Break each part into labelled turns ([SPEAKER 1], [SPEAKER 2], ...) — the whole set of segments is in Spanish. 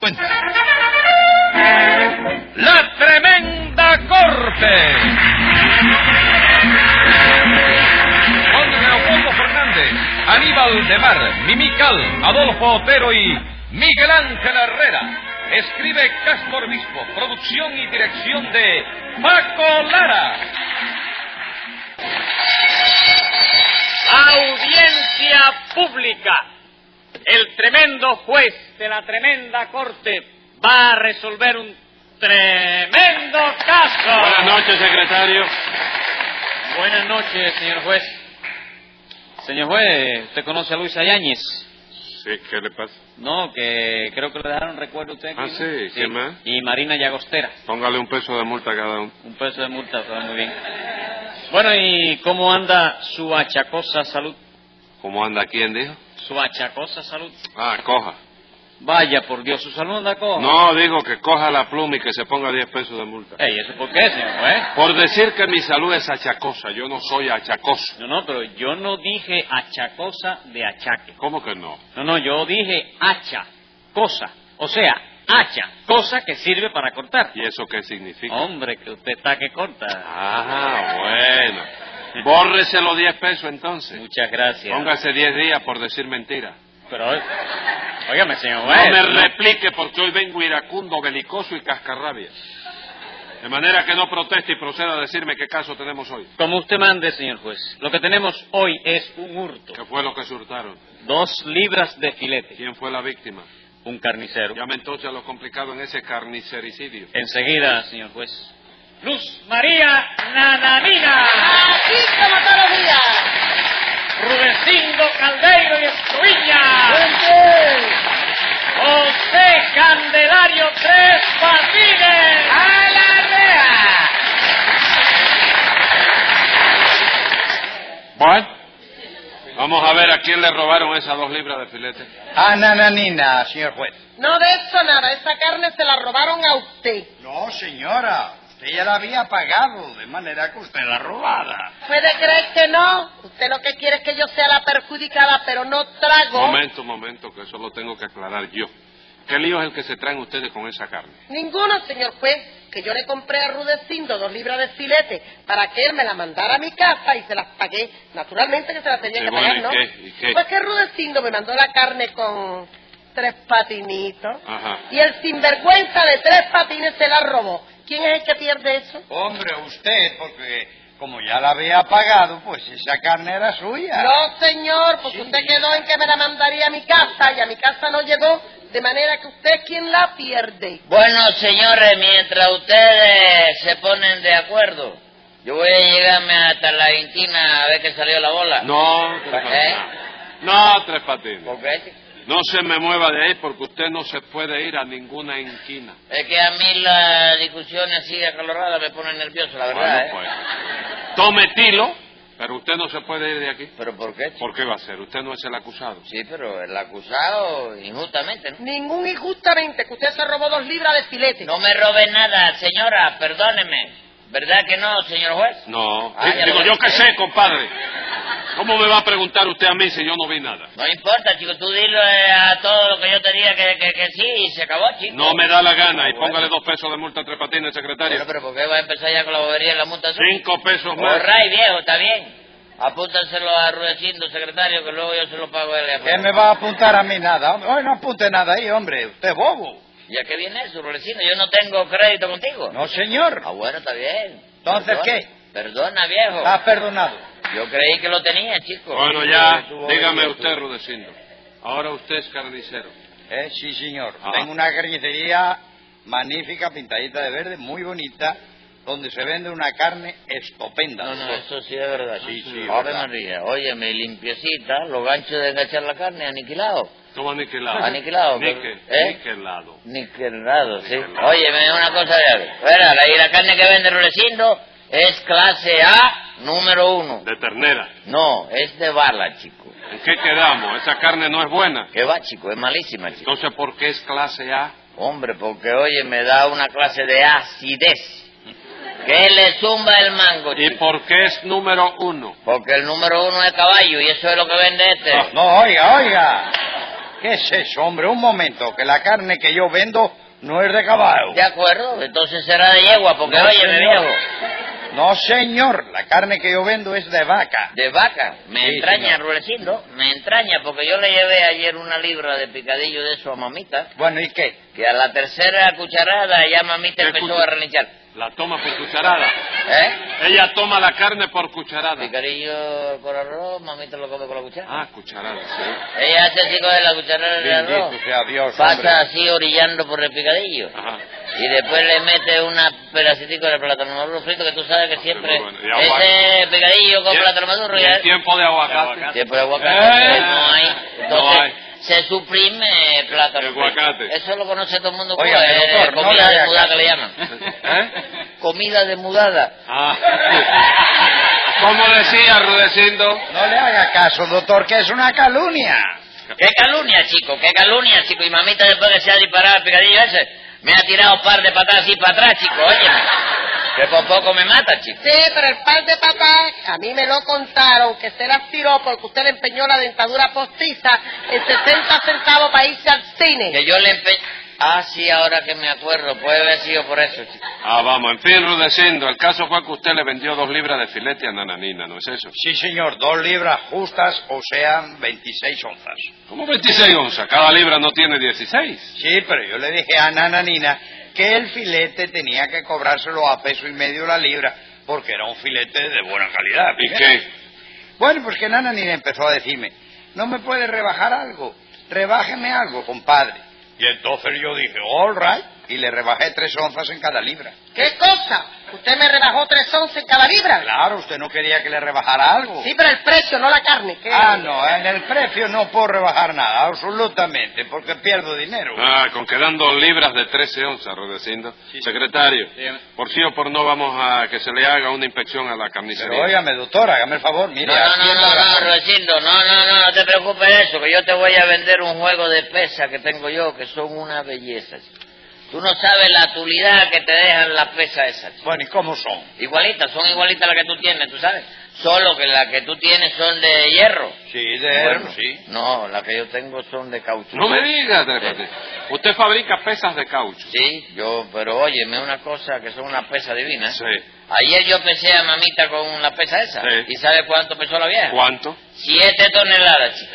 [SPEAKER 1] cuenta. La tremenda corte. Con Leopoldo Fernández, Aníbal de Mar, Mimical, Adolfo Otero y Miguel Ángel Herrera. Escribe Castro Obispo, producción y dirección de Paco Lara.
[SPEAKER 2] Audiencia pública. El tremendo juez de la tremenda corte va a resolver un tremendo caso.
[SPEAKER 3] Buenas noches, secretario.
[SPEAKER 2] Buenas noches, señor juez. Señor juez, ¿usted conoce a Luisa Yáñez?
[SPEAKER 3] Sí, ¿qué le pasa?
[SPEAKER 2] No, que creo que le dejaron recuerdo a usted. aquí,
[SPEAKER 3] Ah,
[SPEAKER 2] ¿no?
[SPEAKER 3] sí, ¿qué más?
[SPEAKER 2] Y Marina Llagostera.
[SPEAKER 3] Póngale un peso de multa a cada uno.
[SPEAKER 2] Un peso de multa, está muy bien. Bueno, ¿y cómo anda su achacosa salud?
[SPEAKER 3] ¿Cómo anda quién, dijo?
[SPEAKER 2] Su achacosa salud.
[SPEAKER 3] Ah, coja.
[SPEAKER 2] Vaya, por Dios, su salud anda coja.
[SPEAKER 3] No, digo que coja la pluma y que se ponga 10 pesos de multa.
[SPEAKER 2] Ey, ¿eso por qué, señor juez?
[SPEAKER 3] Por decir que mi salud es achacosa, yo no soy achacoso.
[SPEAKER 2] No, no, pero yo no dije achacosa de achaque.
[SPEAKER 3] ¿Cómo que no?
[SPEAKER 2] No, no, yo dije hacha, cosa. O sea, hacha, cosa que sirve para cortar.
[SPEAKER 3] ¿Y eso qué significa?
[SPEAKER 2] Hombre, que usted está que corta.
[SPEAKER 3] Ah, bueno. Bórrese los 10 pesos entonces.
[SPEAKER 2] Muchas gracias.
[SPEAKER 3] Póngase 10 días por decir mentira.
[SPEAKER 2] Pero, óigame, señor
[SPEAKER 3] No
[SPEAKER 2] juez.
[SPEAKER 3] me replique porque hoy vengo iracundo, belicoso y cascarrabia. De manera que no proteste y proceda a decirme qué caso tenemos hoy.
[SPEAKER 2] Como usted mande, señor juez. Lo que tenemos hoy es un hurto.
[SPEAKER 3] ¿Qué fue lo que se hurtaron?
[SPEAKER 2] Dos libras de filete.
[SPEAKER 3] ¿Quién fue la víctima?
[SPEAKER 2] Un carnicero.
[SPEAKER 3] Llame entonces a lo complicado en ese carnicericidio.
[SPEAKER 2] Enseguida, señor juez. Luz María Nananina.
[SPEAKER 4] Aquí como todos los días.
[SPEAKER 2] Rudecindo Caldeiro y Escoviña.
[SPEAKER 4] ¡Gente!
[SPEAKER 2] José Candelario Tres Patines.
[SPEAKER 4] ¡A la rea!
[SPEAKER 3] Bueno, vamos a ver a quién le robaron esas dos libras de filete.
[SPEAKER 5] Ah, Anananina, señor juez.
[SPEAKER 4] No de eso nada, esa carne se la robaron a usted.
[SPEAKER 5] No, señora. Usted ya la había pagado, de manera que usted la robada.
[SPEAKER 4] ¿Puede creer que no? Usted lo que quiere es que yo sea la perjudicada, pero no trago
[SPEAKER 3] Momento, momento, que eso lo tengo que aclarar yo. ¿Qué lío es el que se traen ustedes con esa carne?
[SPEAKER 4] ninguno, señor juez. Que yo le compré a Rudecindo dos libras de filete para que él me las mandara a mi casa y se las pagué. Naturalmente que se las tenía
[SPEAKER 3] Sí,
[SPEAKER 4] que
[SPEAKER 3] bueno,
[SPEAKER 4] pagar,
[SPEAKER 3] ¿y
[SPEAKER 4] ¿no?
[SPEAKER 3] qué? ¿Y qué?
[SPEAKER 4] Pues que Rudecindo me mandó la carne con tres patinitos.
[SPEAKER 3] Ajá.
[SPEAKER 4] Y el sinvergüenza de tres patines se la robó. ¿Quién es el que pierde eso?
[SPEAKER 5] Hombre, usted, porque como ya la había pagado, pues esa carne era suya.
[SPEAKER 4] No, señor, porque
[SPEAKER 5] Sí.
[SPEAKER 4] usted quedó en que me la mandaría a mi casa y a mi casa no llegó, de manera que usted es quien la pierde.
[SPEAKER 6] Bueno, señores, mientras ustedes se ponen de acuerdo, yo voy a llegarme hasta la inquina a ver que salió la bola.
[SPEAKER 3] No, Tres
[SPEAKER 6] ¿Eh?
[SPEAKER 3] Patines. No, Tres Patines.
[SPEAKER 6] ¿Por qué?
[SPEAKER 3] No se me mueva de ahí porque usted no se puede ir a ninguna esquina.
[SPEAKER 6] Es que a mí las discusiones así acaloradas me ponen nervioso, la verdad.
[SPEAKER 3] Bueno,
[SPEAKER 6] ¿eh?
[SPEAKER 3] pues. Tome tilo, pero usted no se puede ir de aquí.
[SPEAKER 6] ¿Pero por qué? chico?
[SPEAKER 3] ¿Por qué va a ser? Usted no es el acusado.
[SPEAKER 6] Sí, pero el acusado injustamente, ¿no?
[SPEAKER 4] Ningún injustamente que usted se robó dos libras de filete.
[SPEAKER 6] No me robe nada, señora, perdóneme. ¿Verdad que no, señor juez?
[SPEAKER 3] No.
[SPEAKER 6] Ah,
[SPEAKER 3] Di-
[SPEAKER 6] ya
[SPEAKER 3] Digo,
[SPEAKER 6] lo
[SPEAKER 3] yo
[SPEAKER 6] viste.
[SPEAKER 3] qué sé, compadre. ¿Cómo me va a preguntar usted a mí si yo no vi nada?
[SPEAKER 6] No importa, chico, tú dilo eh, a todo lo que yo te diga que, que- que sí y se acabó, chico.
[SPEAKER 3] No me da la gana. Y
[SPEAKER 6] Bueno.
[SPEAKER 3] póngale dos pesos de multa a Tres Patines, secretario.
[SPEAKER 6] Bueno, pero ¿por qué va a empezar ya con la bobería de la multa? suya?
[SPEAKER 3] Cinco pesos más.
[SPEAKER 6] Corray, viejo, está bien. Apúntaselo a Rudecindo, secretario, que luego yo se lo pago a él.
[SPEAKER 5] ¿Qué me va a apuntar a mí nada? Hombre, Ay, no apunte nada ahí, hombre. Usted es bobo.
[SPEAKER 6] ¿Y a qué viene eso, Rudecindo? Yo no tengo crédito contigo.
[SPEAKER 5] No, señor.
[SPEAKER 6] Ah, bueno, está bien.
[SPEAKER 5] Entonces, ¿qué? Ah.
[SPEAKER 6] Perdona, viejo.
[SPEAKER 5] Está perdonado.
[SPEAKER 6] Yo creí que lo tenía, chico.
[SPEAKER 3] Bueno, ya,
[SPEAKER 6] Eso,
[SPEAKER 3] dígame
[SPEAKER 6] eso.
[SPEAKER 3] usted, Rudecindo. Ahora usted es carnicero.
[SPEAKER 5] Eh, sí, señor.
[SPEAKER 3] Ah.
[SPEAKER 5] Tengo una carnicería magnífica, pintadita de verde, muy bonita, donde se vende una carne estupenda.
[SPEAKER 6] No, no, eso sí es verdad.
[SPEAKER 5] Sí, sí, es
[SPEAKER 6] Ave
[SPEAKER 5] verdad.
[SPEAKER 6] María, oye, mi limpiecita, los ganchos de enganchar la carne aniquilados.
[SPEAKER 3] ¿Cómo aniquilado?
[SPEAKER 6] Aniquilado, pero-
[SPEAKER 3] Níquel-
[SPEAKER 6] ¿eh?
[SPEAKER 3] Niquelado.
[SPEAKER 6] Niquelado, sí.
[SPEAKER 3] Niquelado.
[SPEAKER 6] Oye, me una cosa de algo. Fuera, la, y la carne que vende Rudecindo es clase A, número uno.
[SPEAKER 3] De ternera.
[SPEAKER 6] No, es de bala, chico.
[SPEAKER 3] ¿En qué quedamos? Esa carne no es buena.
[SPEAKER 6] Que va, chico, es malísima, chico.
[SPEAKER 3] Entonces, ¿por qué es clase A?
[SPEAKER 6] Hombre, porque oye, me da una clase de acidez. Que le zumba el mango,
[SPEAKER 3] ¿Y
[SPEAKER 6] chico.
[SPEAKER 3] por qué es número uno?
[SPEAKER 5] Ah,
[SPEAKER 6] Porque el número uno es caballo y eso es lo que vende este.
[SPEAKER 5] No, oiga, oiga. ¿Qué es eso, hombre? Un momento, que la carne que yo vendo no es de caballo.
[SPEAKER 6] De acuerdo, entonces será de yegua, porque
[SPEAKER 5] No,
[SPEAKER 6] oye, mi
[SPEAKER 5] señor.
[SPEAKER 6] viejo,
[SPEAKER 5] No, señor, la carne que yo vendo es de vaca.
[SPEAKER 6] de vaca. Me
[SPEAKER 5] Sí,
[SPEAKER 6] entraña,
[SPEAKER 5] señor.
[SPEAKER 6] Rulecindo, me entraña, porque yo le llevé ayer una libra de picadillo de eso a mamita,
[SPEAKER 5] Bueno, ¿y qué?
[SPEAKER 6] que a la tercera cucharada ya mamita
[SPEAKER 3] ¿Qué
[SPEAKER 6] empezó
[SPEAKER 3] cuchara?
[SPEAKER 6] a relinchar.
[SPEAKER 3] La toma por cucharada.
[SPEAKER 6] ¿Eh?
[SPEAKER 3] Ella toma la carne por cucharada.
[SPEAKER 6] Picadillo con arroz, mamita lo come con la cuchara.
[SPEAKER 3] Ah, cucharada,
[SPEAKER 6] Ella hace así con la cucharada de arroz,
[SPEAKER 5] Bendito sea Dios, hombre.
[SPEAKER 6] pasa así orillando por el picadillo.
[SPEAKER 3] sí. Ajá.
[SPEAKER 6] Y después le mete una pedacito de plátano maduro frito, que tú sabes que siempre
[SPEAKER 3] bueno, y aguacate.
[SPEAKER 6] ese picadillo con
[SPEAKER 3] Y-
[SPEAKER 6] plátano maduro
[SPEAKER 3] y
[SPEAKER 6] ya
[SPEAKER 3] en tiempo de aguacate.
[SPEAKER 6] siempre aguacate
[SPEAKER 3] Eh.
[SPEAKER 6] entonces no hay. Entonces
[SPEAKER 3] No hay.
[SPEAKER 6] se suprime el plátano
[SPEAKER 3] El
[SPEAKER 6] frito.
[SPEAKER 3] aguacate.
[SPEAKER 6] Eso lo conoce todo el mundo como
[SPEAKER 5] Oiga,
[SPEAKER 6] eh,
[SPEAKER 5] doctor, no
[SPEAKER 6] comida
[SPEAKER 5] le
[SPEAKER 6] de
[SPEAKER 5] haga
[SPEAKER 6] mudada que
[SPEAKER 5] caso.
[SPEAKER 6] le llaman.
[SPEAKER 3] ¿Eh?
[SPEAKER 6] Comida de mudada.
[SPEAKER 3] Ah. ¿Cómo Ah. decía Rudecindo?
[SPEAKER 5] No le haga caso, doctor, que es una calumnia.
[SPEAKER 6] Qué calumnia, chico, qué calumnia, chico. Y mamita después que se ha disparado el picadillo ese, me ha tirado un par de patadas y para atrás, chico, óyeme. Que por poco me mata, chico.
[SPEAKER 4] Sí, pero el par de patas, a mí me lo contaron, que se las tiró porque usted le empeñó la dentadura postiza en 60 centavos para irse al cine.
[SPEAKER 6] Que yo le empe... Ah, sí, ahora que me acuerdo, puede haber sido por eso, chico.
[SPEAKER 3] Ah, vamos, en fin, Rudecindo, el caso fue que usted le vendió dos libras de filete a Nananina, ¿no es eso?
[SPEAKER 5] Sí, señor, dos libras justas, o sean 26 onzas.
[SPEAKER 3] ¿Cómo 26 onzas? Cada libra no tiene 16.
[SPEAKER 5] Sí, pero yo le dije a Nananina que el filete tenía que cobrárselo a peso y medio la libra, porque era un filete de buena calidad.
[SPEAKER 3] ¿Y
[SPEAKER 5] fíjate.
[SPEAKER 3] qué?
[SPEAKER 5] Bueno, pues que Nananina empezó a decirme, no me puede rebajar algo, rebájeme algo, compadre. Y entonces yo dije, all right, y le rebajé tres onzas en cada libra.
[SPEAKER 4] ¿Qué cosa? ¿Usted me rebajó tres once en cada libra?
[SPEAKER 5] Claro, usted no quería que le rebajara algo.
[SPEAKER 4] Sí, pero el precio, no la carne. ¿Qué?
[SPEAKER 5] Ah, no, en el precio no puedo rebajar nada, absolutamente, porque pierdo dinero.
[SPEAKER 3] Ah, con quedan dos libras de 13 onzas, Rudecindo. Secretario,
[SPEAKER 2] Dígame.
[SPEAKER 3] por sí o por no vamos a que se le haga una inspección a la
[SPEAKER 5] Pero
[SPEAKER 3] carnicería.
[SPEAKER 5] óigame, doctor, hágame el favor, mire.
[SPEAKER 6] No, no,
[SPEAKER 5] aquí
[SPEAKER 6] no,
[SPEAKER 5] en la
[SPEAKER 6] no, no,
[SPEAKER 5] gaveta-
[SPEAKER 6] Rudecindo, no, no, no, no te preocupes de eso, que yo te voy a vender un juego de pesas que tengo yo, que son una belleza, chico. Tú no sabes la tulidad que te dejan las pesas esas, chico.
[SPEAKER 5] Bueno, ¿y cómo son?
[SPEAKER 6] Igualitas, son igualitas las que tú tienes, tú sabes. Solo que las que tú tienes son de hierro.
[SPEAKER 5] Sí, de
[SPEAKER 6] Bueno,
[SPEAKER 5] hierro, sí.
[SPEAKER 6] No, las que yo tengo son de caucho.
[SPEAKER 3] No me diga, Tres Patines. Usted fabrica pesas de caucho.
[SPEAKER 6] Sí, yo, pero óyeme una cosa, que son una pesa divina.
[SPEAKER 3] Sí.
[SPEAKER 6] Ayer yo pesé a mamita con la pesa esa.
[SPEAKER 3] Sí.
[SPEAKER 6] ¿Y sabe cuánto pesó la vieja?
[SPEAKER 3] ¿Cuánto?
[SPEAKER 6] Siete toneladas, chico.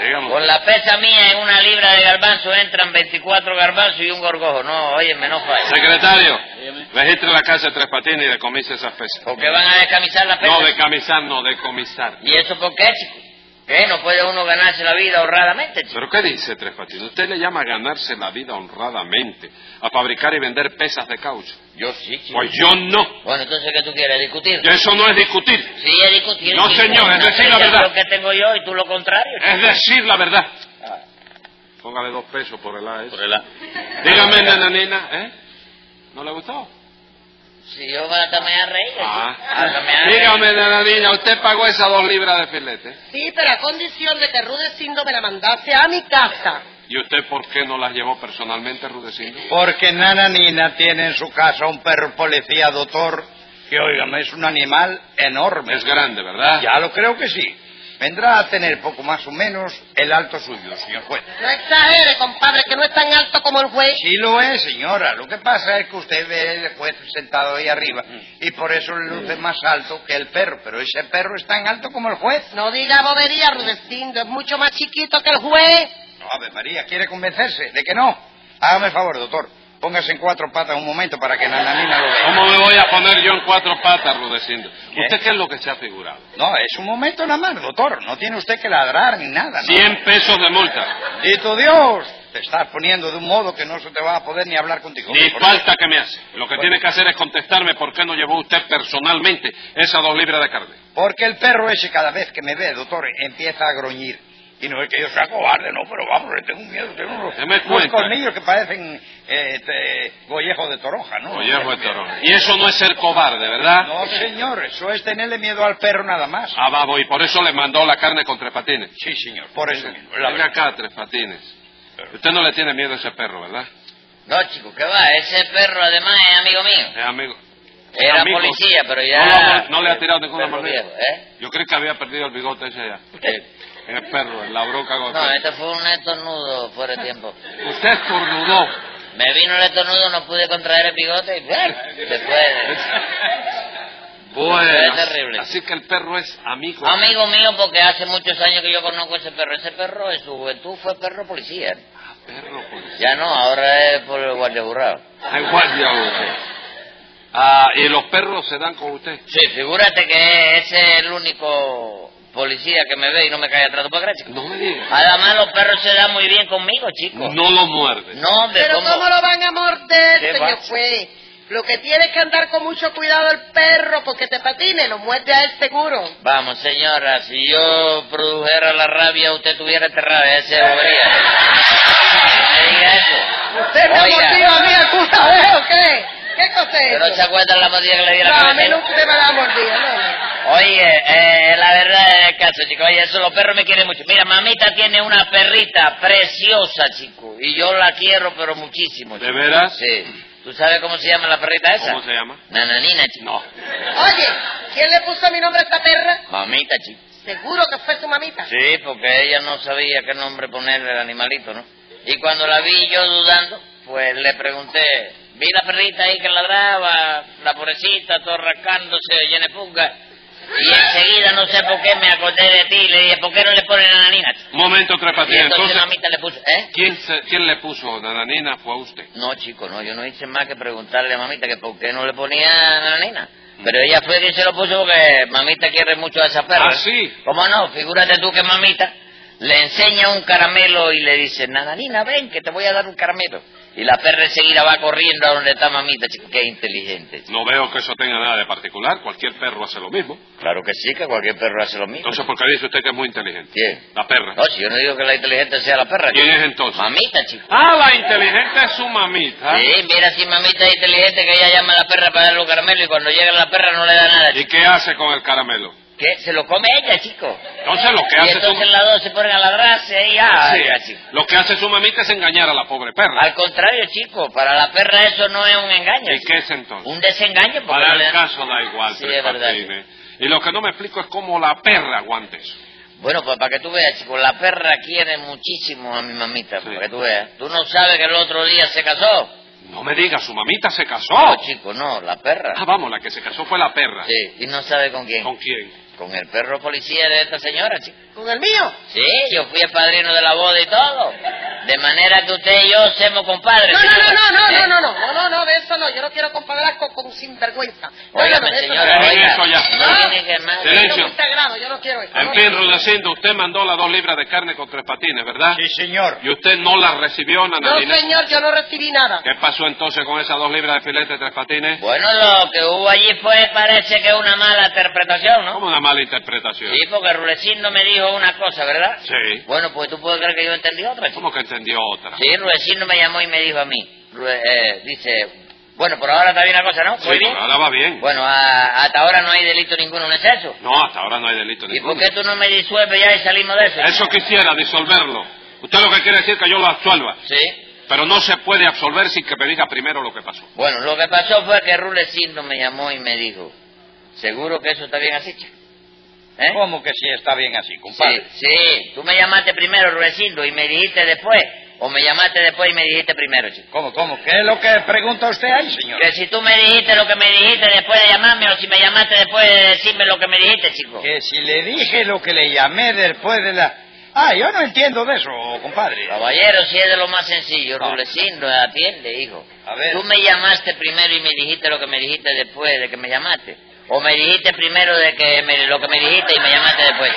[SPEAKER 3] Dígame.
[SPEAKER 6] Con la pesa mía en una libra de garbanzo entran 24 garbanzos y un gorgojo. No, óyeme, no falla.
[SPEAKER 3] Secretario,
[SPEAKER 2] Dígame.
[SPEAKER 3] registre la casa de Tres Patines y decomise esas pesas.
[SPEAKER 6] Porque van a descamisar la pesa.
[SPEAKER 3] No, decamisar, no, decomisar.
[SPEAKER 6] ¿Y eso por qué, chico? ¿Qué? ¿No puede uno ganarse la vida honradamente, chico?
[SPEAKER 3] ¿Pero qué dice Tres Patines? Usted le llama a ganarse la vida honradamente, a fabricar y vender pesas de caucho.
[SPEAKER 6] Yo sí, chico.
[SPEAKER 3] Pues yo no.
[SPEAKER 6] Bueno, entonces, ¿qué tú quieres? ¿Discutir?
[SPEAKER 3] Yo eso no es discutir,
[SPEAKER 6] Sí, he discutido.
[SPEAKER 3] No,
[SPEAKER 6] chico.
[SPEAKER 3] señor, es
[SPEAKER 6] No,
[SPEAKER 3] decir la
[SPEAKER 6] pero yo
[SPEAKER 3] verdad. ¿Eh?
[SPEAKER 6] Lo que tengo yo y tú lo contrario.
[SPEAKER 3] es decir la verdad. Póngale dos pesos por el A ese.
[SPEAKER 2] Ah. Por el A.
[SPEAKER 3] Dígame, nananina, ¿eh? ¿No le gustó?
[SPEAKER 6] Si yo hasta me voy a reír.
[SPEAKER 2] Ah.
[SPEAKER 3] Ah.
[SPEAKER 6] chico. Hasta me voy a reír.
[SPEAKER 3] Dígame, nananina, ¿usted pagó esas dos libras de filete?
[SPEAKER 4] Sí, pero a condición de que Rudecindo me la mandase a mi casa.
[SPEAKER 3] ¿Y usted por qué no las llevó personalmente, Rudecindo?
[SPEAKER 5] Porque Nananina tiene en su casa un perro policía, doctor, que, óigame, es un animal enorme. Ah,
[SPEAKER 3] Es grande, ¿verdad?
[SPEAKER 5] Ya lo creo que sí. Vendrá a tener poco más o menos el alto suyo, señor juez.
[SPEAKER 4] No exagere, compadre, que no es tan alto como el juez.
[SPEAKER 5] Sí lo es, señora. Lo que pasa es que usted ve al juez sentado ahí arriba y por eso le luce más alto que el perro. Pero ese perro es tan alto como el juez.
[SPEAKER 4] No diga bobería, Rudecindo, es mucho más chiquito que el juez.
[SPEAKER 5] No, Ave María, ¿quiere convencerse de que no? Hágame el favor, doctor. Póngase en cuatro patas un momento para que Nananina lo vea.
[SPEAKER 3] ¿Cómo me voy a poner yo en cuatro patas, Rudecindo?
[SPEAKER 5] ¿Qué?
[SPEAKER 3] ¿Usted qué es lo que se ha figurado?
[SPEAKER 5] No, es un momento nada más, doctor. No tiene usted que ladrar ni nada, ¿no?
[SPEAKER 3] Cien pesos de multa.
[SPEAKER 5] Y tu Dios, te estás poniendo de un modo que no se te va a poder ni hablar contigo.
[SPEAKER 3] Ni
[SPEAKER 5] Por-
[SPEAKER 3] falta que me hace. Lo que
[SPEAKER 5] Bueno.
[SPEAKER 3] tiene que hacer es contestarme por qué no llevó usted personalmente esas dos libras de carne.
[SPEAKER 5] Porque el perro ese cada vez que me ve, doctor, empieza a gruñir. Y no es que yo sea cobarde, no, pero vamos, le tengo miedo, tengo unos,
[SPEAKER 3] Deme
[SPEAKER 5] unos
[SPEAKER 3] cuenta.
[SPEAKER 5] colmillos que parecen eh, te- gollejos de toronja, ¿no? Este,
[SPEAKER 3] Oye, juez Torón, Y eso no es ser cobarde, ¿verdad?
[SPEAKER 5] No, señor, eso es tenerle miedo al perro nada más.
[SPEAKER 3] Ah, babo, y por eso le mandó la carne con tres patines.
[SPEAKER 5] Sí, señor, por eso mismo. la
[SPEAKER 3] Venga
[SPEAKER 5] verdad.
[SPEAKER 3] acá, tres patines. Usted no le tiene miedo a ese perro, ¿verdad?
[SPEAKER 6] No, chico, ¿qué va? Ese perro además es amigo mío.
[SPEAKER 3] Es Eh, amigo.
[SPEAKER 6] Era
[SPEAKER 3] Amigo.
[SPEAKER 6] policía, pero
[SPEAKER 3] No,
[SPEAKER 6] ya...
[SPEAKER 3] no, no, no le ha tirado ninguna
[SPEAKER 6] Perro
[SPEAKER 3] mordida.
[SPEAKER 6] viejo, ¿eh?
[SPEAKER 3] Yo creo que había perdido el bigote ese allá. En el perro, en la bronca con el
[SPEAKER 6] No,
[SPEAKER 3] perro.
[SPEAKER 6] este fue un estornudo fuera de tiempo.
[SPEAKER 3] Usted estornudó.
[SPEAKER 6] Me vino el estornudo, no pude contraer el bigote y ¡pum! se fue.
[SPEAKER 3] Bueno,
[SPEAKER 6] Es terrible.
[SPEAKER 3] así que el perro es amigo.
[SPEAKER 6] Amigo mío, porque hace muchos años que yo conozco ese perro. Ese perro en su juventud fue perro policía.
[SPEAKER 3] Ah, Perro pues. policía.
[SPEAKER 6] Ya no, ahora es por el guardia burrado.
[SPEAKER 3] En guardia usted. Ah, y los perros se dan con usted.
[SPEAKER 6] Sí, figúrate que ese es el único policía que me ve y no me cae atrás de para chico.
[SPEAKER 3] No me digas.
[SPEAKER 6] Además, los perros se dan muy bien conmigo, chicos.
[SPEAKER 3] No lo muerde.
[SPEAKER 6] No, hombre,
[SPEAKER 4] Pero
[SPEAKER 6] ¿cómo?
[SPEAKER 4] ¿cómo lo van a morder,
[SPEAKER 6] ¿Qué
[SPEAKER 4] señor
[SPEAKER 6] pasa?
[SPEAKER 4] juez? Lo que tiene es que andar con mucho cuidado el perro porque te patine, lo muerde a él seguro.
[SPEAKER 6] Vamos, señora, si yo produjera la rabia, usted tuviera esta rabia, ese bobería. No me diga eso.
[SPEAKER 4] ¿Usted me ha
[SPEAKER 6] Oiga.
[SPEAKER 4] mordido a mí alguna vez o qué? ¿Qué cosa es
[SPEAKER 6] ¿Pero
[SPEAKER 4] eso?
[SPEAKER 6] se acuerdan la mordida que le di a la
[SPEAKER 4] No, a mí
[SPEAKER 6] cabeza?
[SPEAKER 4] nunca me la ha mordido, no.
[SPEAKER 6] Oye, eh, la verdad es el caso, chico. Oye, eso los perros me quieren mucho. Mira, mamita tiene una perrita preciosa, chico. Y yo la quiero, pero muchísimo.
[SPEAKER 3] ¿De
[SPEAKER 6] chico.
[SPEAKER 3] veras?
[SPEAKER 6] Sí. ¿Tú sabes cómo se llama la perrita esa?
[SPEAKER 3] ¿Cómo se llama?
[SPEAKER 6] Nananina, chico.
[SPEAKER 3] No.
[SPEAKER 4] Oye, ¿quién le puso mi nombre a esta perra?
[SPEAKER 6] Mamita, chico.
[SPEAKER 4] Seguro que fue tu mamita.
[SPEAKER 6] Sí, porque ella no sabía qué nombre ponerle al animalito, ¿no? Y cuando la vi yo dudando, pues le pregunté, vi la perrita ahí que ladraba, la pobrecita, todo rascándose, llena de pulga. Y enseguida, no sé por qué, me acordé de ti y le dije, ¿por qué no le ponen a Nanina? chico?".
[SPEAKER 3] Momento, Tres
[SPEAKER 6] Y
[SPEAKER 3] Patines.
[SPEAKER 6] entonces
[SPEAKER 3] Entonces,
[SPEAKER 6] mamita le puso, ¿eh?
[SPEAKER 3] ¿quién, se- ¿quién le puso nananina? Fue a usted.
[SPEAKER 6] No, chico, no, yo no hice más que preguntarle a mamita que por qué no le ponía a Nanina. Pero ella fue quien se lo puso porque mamita quiere mucho a esa perra.
[SPEAKER 3] Ah, sí.
[SPEAKER 6] ¿Cómo no? Figúrate tú que mamita le enseña un caramelo y le dice, Nananina, ven que te voy a dar un caramelo. Y la perra enseguida va corriendo a donde está mamita, chico. Qué inteligente. chico.
[SPEAKER 3] No veo que eso tenga nada de particular. Cualquier perro hace lo mismo.
[SPEAKER 6] Claro que sí, que cualquier perro hace lo mismo.
[SPEAKER 3] Entonces, ¿por qué dice usted que es muy inteligente?
[SPEAKER 6] ¿Quién?
[SPEAKER 3] La perra.
[SPEAKER 6] No, si yo no digo que la inteligente sea la perra.
[SPEAKER 3] ¿Quién
[SPEAKER 6] chico.
[SPEAKER 3] es entonces?
[SPEAKER 6] Mamita, chico.
[SPEAKER 3] Ah, la inteligente es su mamita.
[SPEAKER 6] Sí, mira si mamita es inteligente que ella llama a la perra para darle un caramelo y cuando llega la perra no le da nada.
[SPEAKER 3] ¿Y qué hace con el caramelo?
[SPEAKER 6] ¿Qué? Se lo come ella, chico.
[SPEAKER 3] Entonces lo que
[SPEAKER 6] Y
[SPEAKER 3] hace
[SPEAKER 6] entonces
[SPEAKER 3] su...
[SPEAKER 6] las dos se ponen a ladrarse y ah,
[SPEAKER 3] Sí,
[SPEAKER 6] ya, chico.
[SPEAKER 3] Lo que hace su mamita es engañar a la pobre perra.
[SPEAKER 6] Al contrario, chico, para la perra eso no es un engaño.
[SPEAKER 3] ¿Y
[SPEAKER 6] chico.
[SPEAKER 3] qué es entonces?
[SPEAKER 6] Un desengaño porque
[SPEAKER 3] Para
[SPEAKER 6] no le
[SPEAKER 3] el
[SPEAKER 6] dan-
[SPEAKER 3] caso da igual,
[SPEAKER 6] Sí,
[SPEAKER 3] Tres
[SPEAKER 6] es verdad,
[SPEAKER 3] Patines. Y lo que no me explico es cómo la perra aguanta eso.
[SPEAKER 6] Bueno, pues para que tú veas, chico, la perra quiere muchísimo a mi mamita,
[SPEAKER 3] Sí.
[SPEAKER 6] para que tú veas. Tú no sabes que el otro día se casó.
[SPEAKER 3] No me digas, su mamita se casó.
[SPEAKER 6] No, chico, no, la perra.
[SPEAKER 3] Ah, vamos, la que se casó fue la perra.
[SPEAKER 6] Sí, y no sabe con quién.
[SPEAKER 3] ¿Con quién?
[SPEAKER 6] Con el perro policía de esta señora, chico.
[SPEAKER 4] ¿Con el mío?
[SPEAKER 6] Sí, yo fui el padrino de la boda y todo. De manera que usted y yo somos compadres.
[SPEAKER 4] No, no,
[SPEAKER 6] señora.
[SPEAKER 4] no, no, no,
[SPEAKER 6] ¿Eh?
[SPEAKER 4] no, no, no, no, no, no, de eso no. Yo no quiero comparar con, con un sinvergüenza. No, no, no,
[SPEAKER 6] Óigame,
[SPEAKER 4] de eso
[SPEAKER 6] señora,
[SPEAKER 3] Dejen
[SPEAKER 6] oiga.
[SPEAKER 3] eso ya.
[SPEAKER 6] No tiene que más.
[SPEAKER 4] no. Yo
[SPEAKER 3] Silencio.
[SPEAKER 4] no sagrado, yo no quiero eso.
[SPEAKER 3] En
[SPEAKER 4] no.
[SPEAKER 3] fin, reduciendo, usted mandó las dos libras de carne con tres patines, ¿verdad?
[SPEAKER 5] Sí, señor.
[SPEAKER 3] Y usted no las recibió,
[SPEAKER 4] No,
[SPEAKER 3] Nananina.
[SPEAKER 4] señor, yo no recibí nada.
[SPEAKER 3] ¿Qué pasó entonces con esas dos libras de filete de tres patines?
[SPEAKER 6] Bueno, lo que hubo allí fue, parece que una mala interpretación, ¿no?
[SPEAKER 3] Como una mala interpretación.
[SPEAKER 6] Sí, porque Rudecindo me dijo una cosa, ¿verdad?
[SPEAKER 3] Sí.
[SPEAKER 6] Bueno, pues tú puedes creer que yo entendí otra. chico.
[SPEAKER 3] ¿Cómo que entendió otra?
[SPEAKER 6] Sí, Rudecindo me llamó y me dijo a mí, Rue- eh, dice, bueno, por ahora está bien la cosa, ¿no?
[SPEAKER 3] Sí,
[SPEAKER 6] Muy bien.
[SPEAKER 3] por ahora va bien.
[SPEAKER 6] Bueno, a- hasta ahora no hay delito ninguno en exceso.
[SPEAKER 3] No, hasta ahora no hay delito
[SPEAKER 6] ¿Y
[SPEAKER 3] ninguno.
[SPEAKER 6] por qué tú no me disuelves ya y salimos de eso?
[SPEAKER 3] Eso quisiera disolverlo. Usted lo que quiere decir que yo lo absuelva.
[SPEAKER 6] Sí.
[SPEAKER 3] Pero no se puede absolver sin que me diga primero lo que pasó.
[SPEAKER 6] Bueno, lo que pasó fue que Rudecindo me llamó y me dijo, ¿seguro que eso está bien así, chico? ¿Eh?
[SPEAKER 5] ¿Cómo que sí está bien así,
[SPEAKER 6] Sí,
[SPEAKER 5] compadre?
[SPEAKER 6] sí, tú me llamaste primero, Rudecindo, y me dijiste después. O me llamaste después y me dijiste primero, chico.
[SPEAKER 5] ¿Cómo, cómo? ¿Qué es lo que pregunta usted ahí, señor?
[SPEAKER 6] Que si tú me dijiste lo que me dijiste después de llamarme, o si me llamaste después de decirme lo que me dijiste, chico.
[SPEAKER 5] Que si le dije lo que le llamé después de la... Ah, yo no entiendo de eso, compadre.
[SPEAKER 6] Caballero, si es de lo más sencillo,
[SPEAKER 5] No.
[SPEAKER 6] Rudecindo, atiende, hijo.
[SPEAKER 5] Ah. A ver.
[SPEAKER 6] Tú me llamaste primero y me dijiste lo que me dijiste después de que me llamaste. O me dijiste primero de que me- lo que me dijiste y me llamaste después.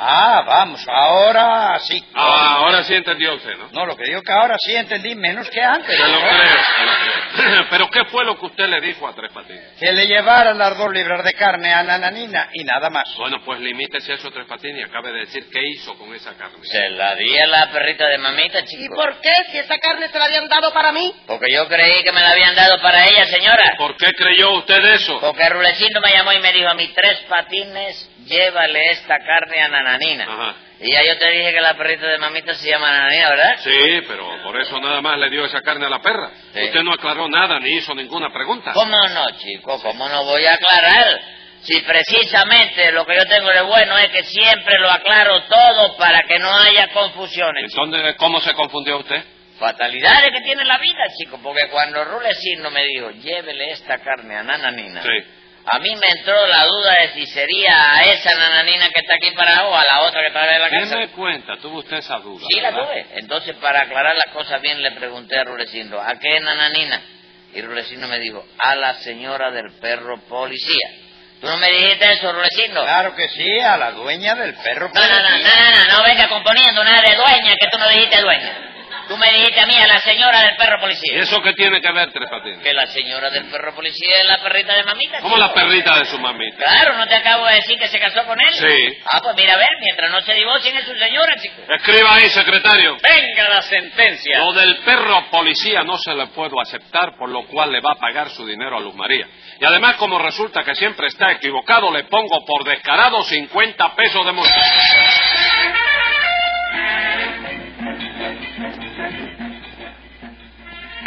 [SPEAKER 5] Ah, vamos, ahora sí.
[SPEAKER 3] Ah, ahora sí entendió usted, ¿no?
[SPEAKER 5] No, lo que digo que ahora sí entendí menos que antes.
[SPEAKER 3] Se lo creo, se lo creo. Pero ¿qué fue lo que usted le dijo a Tres Patines?
[SPEAKER 5] Que le llevara las dos libras de carne a Nananina y nada más.
[SPEAKER 3] Bueno, pues limítese a eso, Tres Patines, y acabe de decir qué hizo con esa carne.
[SPEAKER 6] Se la di a la perrita de mamita, chico.
[SPEAKER 4] ¿Y por qué? Si esa carne se la habían dado para mí.
[SPEAKER 6] Porque yo creí que me la habían dado para ella, señora.
[SPEAKER 3] ¿Por qué creyó usted eso?
[SPEAKER 6] Porque Rulecindo me llamó y me dijo a mí, tres patines, llévale esta carne a Nananina.
[SPEAKER 3] Ajá.
[SPEAKER 6] Y ya yo te dije que la perrita de mamita se llama Nananina, ¿verdad?
[SPEAKER 3] Sí, pero por eso nada más le dio esa carne a la perra.
[SPEAKER 6] Sí.
[SPEAKER 3] Usted no aclaró nada ni hizo ninguna pregunta.
[SPEAKER 6] ¿Cómo no, chico? ¿Cómo no voy a aclarar? Si precisamente lo que yo tengo de bueno es que siempre lo aclaro todo para que no haya confusiones. chico.
[SPEAKER 3] Entonces, ¿cómo se confundió usted?
[SPEAKER 6] Fatalidades que tiene la vida, chico, porque cuando Rulecino me dijo, llévele esta carne a Nananina,
[SPEAKER 3] Sí.
[SPEAKER 6] a mí me entró la duda de si sería a esa Nananina que está aquí parada o a la otra que está en la casa.
[SPEAKER 3] Deme cuenta, tuvo usted esa duda.
[SPEAKER 6] Sí, la
[SPEAKER 3] ¿verdad?
[SPEAKER 6] tuve. Entonces, para aclarar las cosas bien, le pregunté a Rulecindo, ¿a qué nananina? Y Rulecindo me dijo, a la señora del perro policía. ¿Tú no me dijiste eso, Rulecindo?
[SPEAKER 3] Ah.
[SPEAKER 5] Claro que sí, a la dueña del perro.
[SPEAKER 6] No, no, no, no, no, no, no venga componiendo nada de dueña, que tú no dijiste dueña. Tú me dijiste a mí, a la señora del perro
[SPEAKER 3] ¿Y
[SPEAKER 6] policía.
[SPEAKER 3] eso qué tiene que ver, Tres Patines?
[SPEAKER 6] Que la señora del perro policía es la perrita de mamita.
[SPEAKER 3] ¿Cómo
[SPEAKER 6] chico.
[SPEAKER 3] la perrita de su mamita?
[SPEAKER 6] Claro, ¿no te acabo de decir que se casó con él?
[SPEAKER 3] Sí.
[SPEAKER 6] Ah, pues mira, a ver, mientras no se divorcien es su señora, chico.
[SPEAKER 3] Escriba ahí, secretario.
[SPEAKER 2] Venga la sentencia.
[SPEAKER 3] Lo del perro policía no se le puedo aceptar, por lo cual le va a pagar su dinero a Luz María. Y además, como resulta que siempre está equivocado, le pongo por descarado 50 pesos de multa.